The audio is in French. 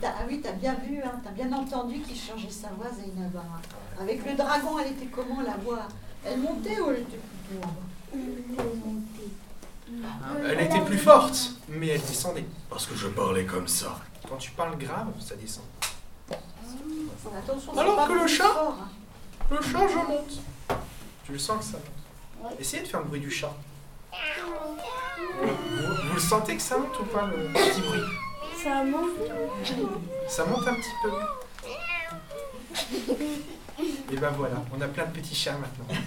T'as- ah oui, t'as bien vu, hein, t'as bien entendu qu'il changeait sa voix, Zainaba. hein. Avec le dragon, elle était comment la voix Elle montait ou elle était plutôt en bas Elle était plus forte, mais elle descendait. Parce que je parlais comme ça. Quand tu parles grave, ça descend. Attention, c'est Alors pas que le plus chat fort, hein. Le chat, je monte. Tu le sens que ça monte. Essayez de faire le bruit du chat. Vous, vous le sentez que ça monte ou pas, le petit bruit Ça monte. Ça monte un petit peu. Et ben voilà, on a plein de petits chats maintenant.